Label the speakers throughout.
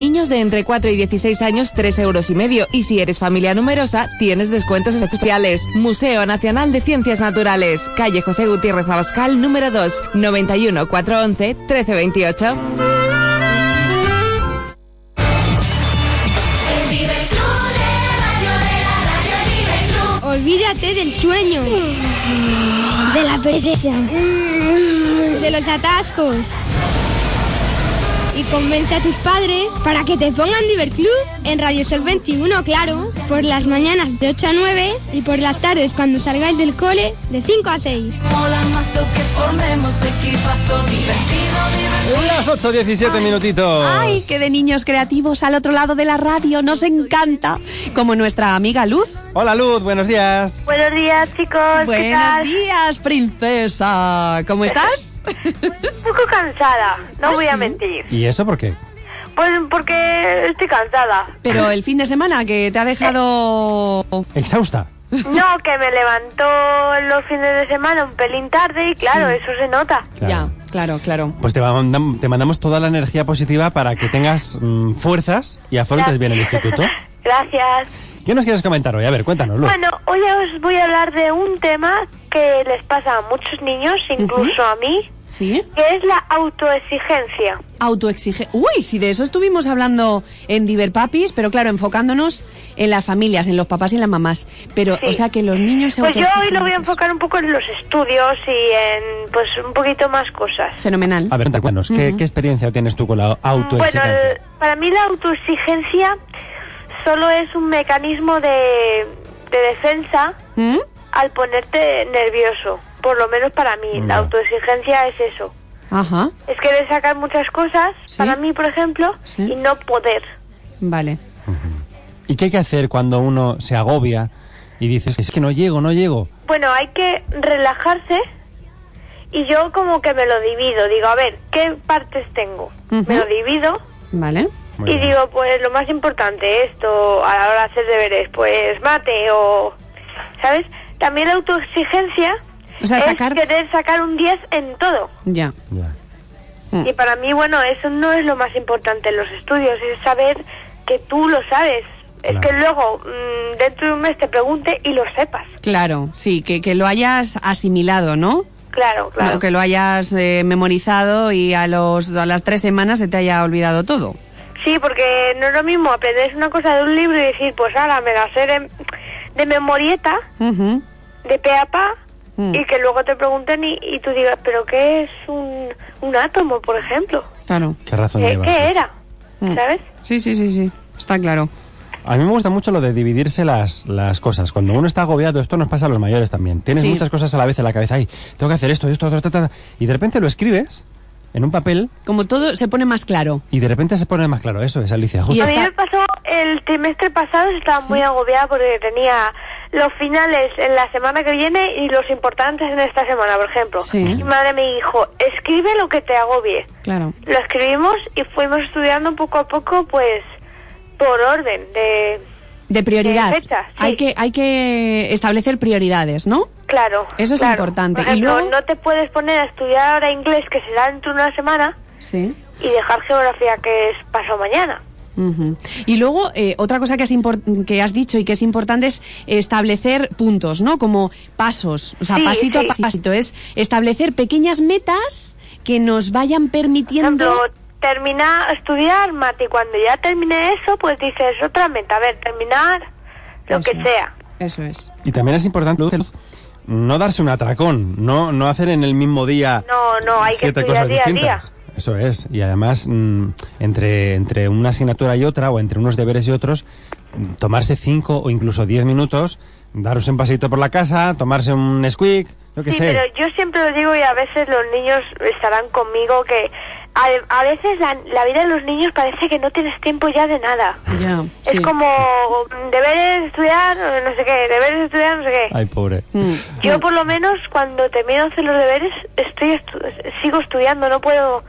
Speaker 1: Niños de entre 4 y 16 años, 3 euros y medio. Y si eres familia numerosa, tienes descuentos especiales. Museo Nacional de Ciencias Naturales. Calle José Gutiérrez Abascal, número 2, 91 411 1328.
Speaker 2: Olvídate del sueño.
Speaker 3: De la pereza.
Speaker 2: De los atascos. Y convence a tus padres para que te pongan Diverclub en Radio Sol 21, claro. Por las mañanas de 8 a 9 y por las tardes cuando salgáis del cole de 5 a 6.
Speaker 4: Las 8.17 minutitos.
Speaker 5: Ay, que de niños creativos al otro lado de la radio nos encanta. Como nuestra amiga Luz.
Speaker 4: Hola Luz, buenos días.
Speaker 6: Buenos días, chicos. Pues, ¿Qué
Speaker 5: Buenos
Speaker 6: tal?
Speaker 5: días, princesa. ¿Cómo estás?
Speaker 6: Un poco cansada,
Speaker 5: Ah,
Speaker 6: no voy a mentir.
Speaker 4: ¿Y eso por qué?
Speaker 6: Pues porque estoy cansada.
Speaker 5: Pero el fin de semana que te ha dejado...
Speaker 6: Eh.
Speaker 4: Exhausta.
Speaker 6: No, que me levantó los fines de semana un pelín tarde y claro, eso se nota.
Speaker 4: Claro.
Speaker 5: Ya, claro, claro.
Speaker 4: Pues te, mandam- te mandamos toda la energía positiva para que tengas mm, fuerzas y afrontes bien el instituto.
Speaker 6: Gracias.
Speaker 4: ¿Qué nos quieres comentar hoy? A ver, cuéntanos, Luz.
Speaker 6: Bueno, hoy os voy a hablar de un tema que les pasa a muchos niños, incluso a mí,
Speaker 5: ¿Sí?
Speaker 6: que es la autoexigencia.
Speaker 5: Autoexige. Uy, si de eso estuvimos hablando en Diver Papis, pero claro, enfocándonos en las familias, en los papás y las mamás. Pero,
Speaker 6: Sí.
Speaker 5: o sea, que los niños se
Speaker 6: Pues yo hoy lo voy a
Speaker 5: autoexigen.
Speaker 6: enfocar un poco en los estudios y en pues un poquito más cosas.
Speaker 5: Fenomenal.
Speaker 4: A ver, cuéntanos, ¿qué, qué experiencia tienes tú con la
Speaker 6: Bueno,
Speaker 4: autoexigencia?
Speaker 6: el- para mí la autoexigencia solo es un mecanismo de, de defensa
Speaker 5: ¿Mm?
Speaker 6: al ponerte nervioso. Por lo menos para mí, la
Speaker 4: Ya.
Speaker 6: autoexigencia es eso.
Speaker 5: Ajá,
Speaker 6: Es querer sacar muchas cosas,
Speaker 5: Sí.
Speaker 6: para mí, por ejemplo,
Speaker 5: Sí.
Speaker 6: y no poder.
Speaker 5: vale.
Speaker 4: ¿Y qué hay que hacer cuando uno se agobia y dices, es que no llego, no llego?
Speaker 6: Bueno, hay que relajarse y yo como que me lo divido. Digo, a ver, ¿qué partes tengo?
Speaker 5: Ujú.
Speaker 6: Me lo divido
Speaker 5: Vale.
Speaker 4: Muy
Speaker 6: y
Speaker 4: bien.
Speaker 6: digo, pues lo más importante, esto, a la hora de hacer deberes, pues mate o... ¿Sabes? También la autoexigencia
Speaker 5: O sea,
Speaker 6: es
Speaker 5: sacar-
Speaker 6: querer sacar un 10 en todo.
Speaker 5: Ya.
Speaker 4: Ya.
Speaker 5: Mm.
Speaker 6: Y para mí, bueno, eso no es lo más importante en los estudios, es saber que tú lo sabes. Es
Speaker 4: Claro.
Speaker 6: que luego, mm, dentro de un mes, te pregunte y lo sepas.
Speaker 5: Claro, sí, que, que lo hayas asimilado, ¿no?
Speaker 6: Claro, claro.
Speaker 5: No, Que lo hayas eh, memorizado y a, los, a las tres semanas se te haya olvidado todo.
Speaker 6: Sí, porque no es lo mismo aprender una cosa de un libro y decir, pues ahora me la sé de, de memorieta,
Speaker 5: Ujú.
Speaker 6: de pe a pa,
Speaker 5: Mm.
Speaker 6: y que luego te pregunten y, y tú digas, ¿pero qué es un, un átomo, por ejemplo?
Speaker 5: Claro.
Speaker 4: ¿Qué razón
Speaker 6: ¿Qué,
Speaker 4: llevas?
Speaker 6: qué era?
Speaker 5: Mm.
Speaker 6: ¿Sabes?
Speaker 5: Sí, sí, sí, sí. Está claro.
Speaker 4: A mí me gusta mucho lo de dividirse las, las cosas. Cuando uno está agobiado, esto nos pasa a los mayores también. Tienes
Speaker 5: Sí.
Speaker 4: muchas cosas a la vez en la cabeza. Ay, tengo que hacer esto, esto, esto, esto, Y de repente lo escribes en un papel
Speaker 5: Como todo se pone más claro.
Speaker 4: y de repente se pone más claro. Eso es, Alicia,
Speaker 5: Y
Speaker 4: justo.
Speaker 6: A mí
Speaker 5: está-
Speaker 6: me pasó el trimestre pasado, estaba muy agobiada porque tenía los finales en la semana que viene y los importantes en esta semana, por ejemplo.
Speaker 5: Sí.
Speaker 6: Mi madre me dijo, escribe lo que te agobie.
Speaker 5: Claro.
Speaker 6: Lo escribimos y fuimos estudiando poco a poco, pues, por orden de...
Speaker 5: De prioridad.
Speaker 6: De fecha, sí.
Speaker 5: hay, que, hay que establecer prioridades, ¿no?
Speaker 6: Claro.
Speaker 5: Eso es
Speaker 6: claro.
Speaker 5: importante.
Speaker 6: Por
Speaker 5: Y
Speaker 6: ejemplo,
Speaker 5: luego-
Speaker 6: no te puedes poner a estudiar ahora inglés, que será dentro de una semana,
Speaker 5: Sí.
Speaker 6: y dejar geografía, que es pasado mañana.
Speaker 5: Ujú. Y luego, eh, otra cosa que has, impor- que has dicho y que es importante es establecer puntos, ¿no? Como pasos, o sea,
Speaker 6: Sí,
Speaker 5: pasito
Speaker 6: sí.
Speaker 5: a pasito. Es establecer pequeñas metas que nos vayan
Speaker 6: Por
Speaker 5: permitiendo...
Speaker 6: ejemplo, terminar, estudiar, Mati, cuando ya termine eso, pues dices otra meta, a ver, terminar lo
Speaker 5: Eso
Speaker 6: que
Speaker 5: es.
Speaker 6: sea.
Speaker 5: Eso es.
Speaker 4: Y también es importante Luz, Luz, no darse un atracón, no, no hacer en el mismo día
Speaker 6: No, no, hay que
Speaker 4: siete
Speaker 6: estudiar
Speaker 4: cosas
Speaker 6: día a
Speaker 4: distintas. Eso es. Y además, mm, entre, entre una asignatura y otra, o entre unos deberes y otros, mm, tomarse cinco o incluso diez minutos daros un paseito por la casa, tomarse un squeak, lo que
Speaker 6: sí,
Speaker 4: sé.
Speaker 6: pero yo siempre lo digo y a veces los niños estarán conmigo que a, a veces la, la vida de los niños parece que no tienes tiempo ya de nada.
Speaker 5: Ya, sí.
Speaker 6: Es como mm, deberes estudiar, no sé qué, deberes estudiar, no sé qué.
Speaker 4: Ay, pobre.
Speaker 5: Mm.
Speaker 6: Yo por lo menos cuando termino de hacer los deberes estoy estu- sigo estudiando, no puedo...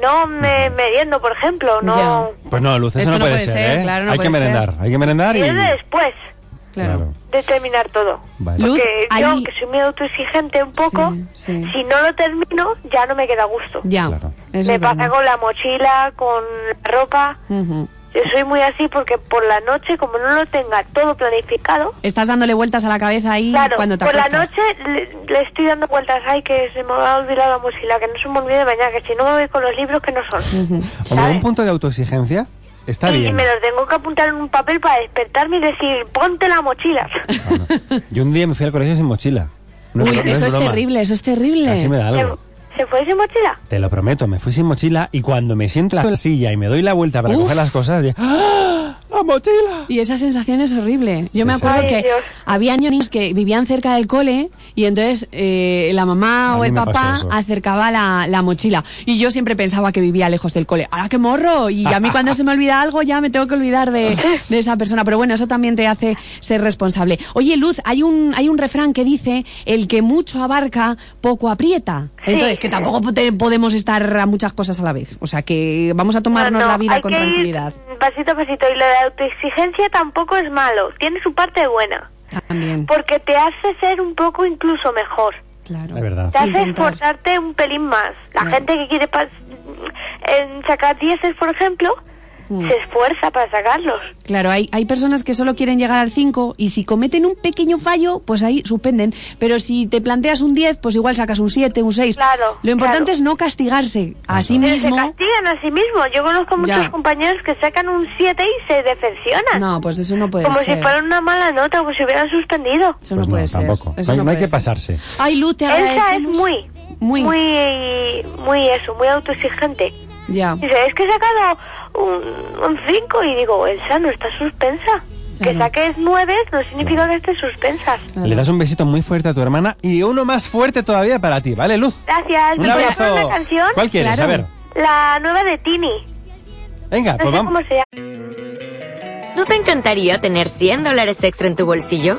Speaker 6: No me meriendo, por ejemplo, no...
Speaker 4: Pues no, Luz, eso
Speaker 5: Esto
Speaker 4: no
Speaker 5: no
Speaker 4: puede,
Speaker 5: puede
Speaker 4: ser,
Speaker 5: ser,
Speaker 4: ¿eh?
Speaker 5: claro, no
Speaker 4: hay que
Speaker 5: puede ser.
Speaker 4: merendar, hay que merendar y...
Speaker 6: Yo de después
Speaker 5: Claro.
Speaker 6: de terminar todo.
Speaker 4: Vale.
Speaker 5: Luz,
Speaker 6: Porque yo,
Speaker 5: ahí-
Speaker 6: aunque soy muy autoexigente un poco,
Speaker 5: Sí, sí.
Speaker 6: si no lo termino, ya no me queda gusto.
Speaker 5: Ya.
Speaker 4: Claro.
Speaker 5: eso
Speaker 6: me
Speaker 5: es
Speaker 6: pasa
Speaker 5: verdad. Mm.
Speaker 6: con la mochila, con la ropa.
Speaker 5: Ujú.
Speaker 6: Yo soy muy así porque por la noche, como no lo tenga todo planificado,
Speaker 5: Estás dándole vueltas a la cabeza ahí
Speaker 6: claro,
Speaker 5: cuando te
Speaker 6: por la
Speaker 5: acuestas.
Speaker 6: noche le, le estoy dando vueltas. Ay, que se me ha olvidado la mochila, que no se me olvide mañana, que si no me voy con los libros que no son.
Speaker 4: Hombre,
Speaker 6: ¿sabes?
Speaker 4: un punto de autoexigencia está
Speaker 6: y, y
Speaker 4: bien.
Speaker 6: me los tengo que apuntar en un papel para despertarme y decir, ponte la mochila.
Speaker 4: Bueno, Yo un día me fui al colegio sin mochila. No,
Speaker 5: Uy,
Speaker 4: no, no
Speaker 5: eso es
Speaker 4: broma.
Speaker 5: terrible, eso es terrible.
Speaker 4: Casi me da algo.
Speaker 6: ¿Se, ¿Se fue sin mochila?
Speaker 4: Te lo prometo, me fui sin mochila y cuando me siento en la silla y me doy la vuelta para
Speaker 5: Uf.
Speaker 4: coger las cosas, ya- ¡Ah! ¡La mochila!
Speaker 5: Y esa sensación es horrible. Yo me
Speaker 4: sí,
Speaker 5: acuerdo
Speaker 6: sí.
Speaker 5: que
Speaker 6: Ay, Dios.
Speaker 5: había niños que vivían cerca del cole y entonces eh, la
Speaker 4: A
Speaker 5: mamá o
Speaker 4: mí
Speaker 5: el
Speaker 4: me pasó
Speaker 5: papá
Speaker 4: eso.
Speaker 5: acercaba la, la mochila. Y yo siempre pensaba que vivía lejos del cole. ¡Ahora qué morro! Y a mí cuando se me olvida algo ya me tengo que olvidar de, de esa persona. Pero bueno, eso también te hace ser responsable. Oye, Luz, hay un, hay un refrán que dice, el que mucho abarca, poco aprieta. Entonces, que tampoco te- podemos estar a muchas cosas a la vez. O sea, que vamos a tomarnos
Speaker 6: No, no,
Speaker 5: la vida
Speaker 6: hay
Speaker 5: con
Speaker 6: que ir
Speaker 5: tranquilidad.
Speaker 6: pasito a pasito. Y lo de autoexigencia tampoco es malo. Tiene su parte buena.
Speaker 5: También,
Speaker 6: Porque te hace ser un poco incluso mejor.
Speaker 5: claro.
Speaker 4: Es verdad.
Speaker 6: Te hace
Speaker 5: Intentar.
Speaker 6: esforzarte un pelín más. La
Speaker 5: Claro.
Speaker 6: gente que quiere pas- en sacar dieces, por ejemplo,
Speaker 5: Mm.
Speaker 6: se esfuerza para sacarlos.
Speaker 5: Claro, hay, hay personas que solo quieren llegar al 5 y si cometen un pequeño fallo, pues ahí suspenden. Pero si te planteas un 10, pues igual sacas un 7, un 6.
Speaker 6: Claro,
Speaker 5: Lo importante
Speaker 6: claro.
Speaker 5: es no castigarse a sí
Speaker 6: Pero se
Speaker 5: mismo.
Speaker 6: castigan a sí mismos. Yo conozco
Speaker 5: Ya.
Speaker 6: muchos compañeros que sacan un 7 y se decepcionan.
Speaker 5: No, pues eso no puede
Speaker 6: como
Speaker 5: ser.
Speaker 6: si fuera una mala nota, como si hubieran suspendido.
Speaker 5: Eso
Speaker 4: Pues
Speaker 5: no
Speaker 4: no,
Speaker 5: puede ser.
Speaker 4: tampoco.
Speaker 5: Eso
Speaker 4: No hay- no hay
Speaker 5: puede
Speaker 4: que
Speaker 5: ser.
Speaker 4: pasarse.
Speaker 5: Ay, Luz, te
Speaker 6: Elsa es
Speaker 5: agradecemos.
Speaker 6: muy,
Speaker 5: Muy.
Speaker 6: muy, muy, eso, muy autoexigente.
Speaker 5: Ya.
Speaker 6: Dice, es que he sacado un 5 y digo, Elsa no está suspensa. Que
Speaker 5: Claro.
Speaker 6: saques 9 no significa que estés suspensa.
Speaker 5: Claro.
Speaker 4: Le das un besito muy fuerte a tu hermana y uno más fuerte todavía para ti, ¿vale, Luz?
Speaker 6: Gracias.
Speaker 4: Un
Speaker 6: ¿Me puedes
Speaker 4: abrazo.
Speaker 6: poner una canción?
Speaker 4: ¿Cuál quieres?
Speaker 5: Claro.
Speaker 4: A ver.
Speaker 6: La nueva de Tini.
Speaker 4: Venga,
Speaker 6: No
Speaker 4: pues
Speaker 6: sé
Speaker 4: vamos.
Speaker 6: cómo se llama.
Speaker 7: ¿No te encantaría tener 100 dólares extra en tu bolsillo?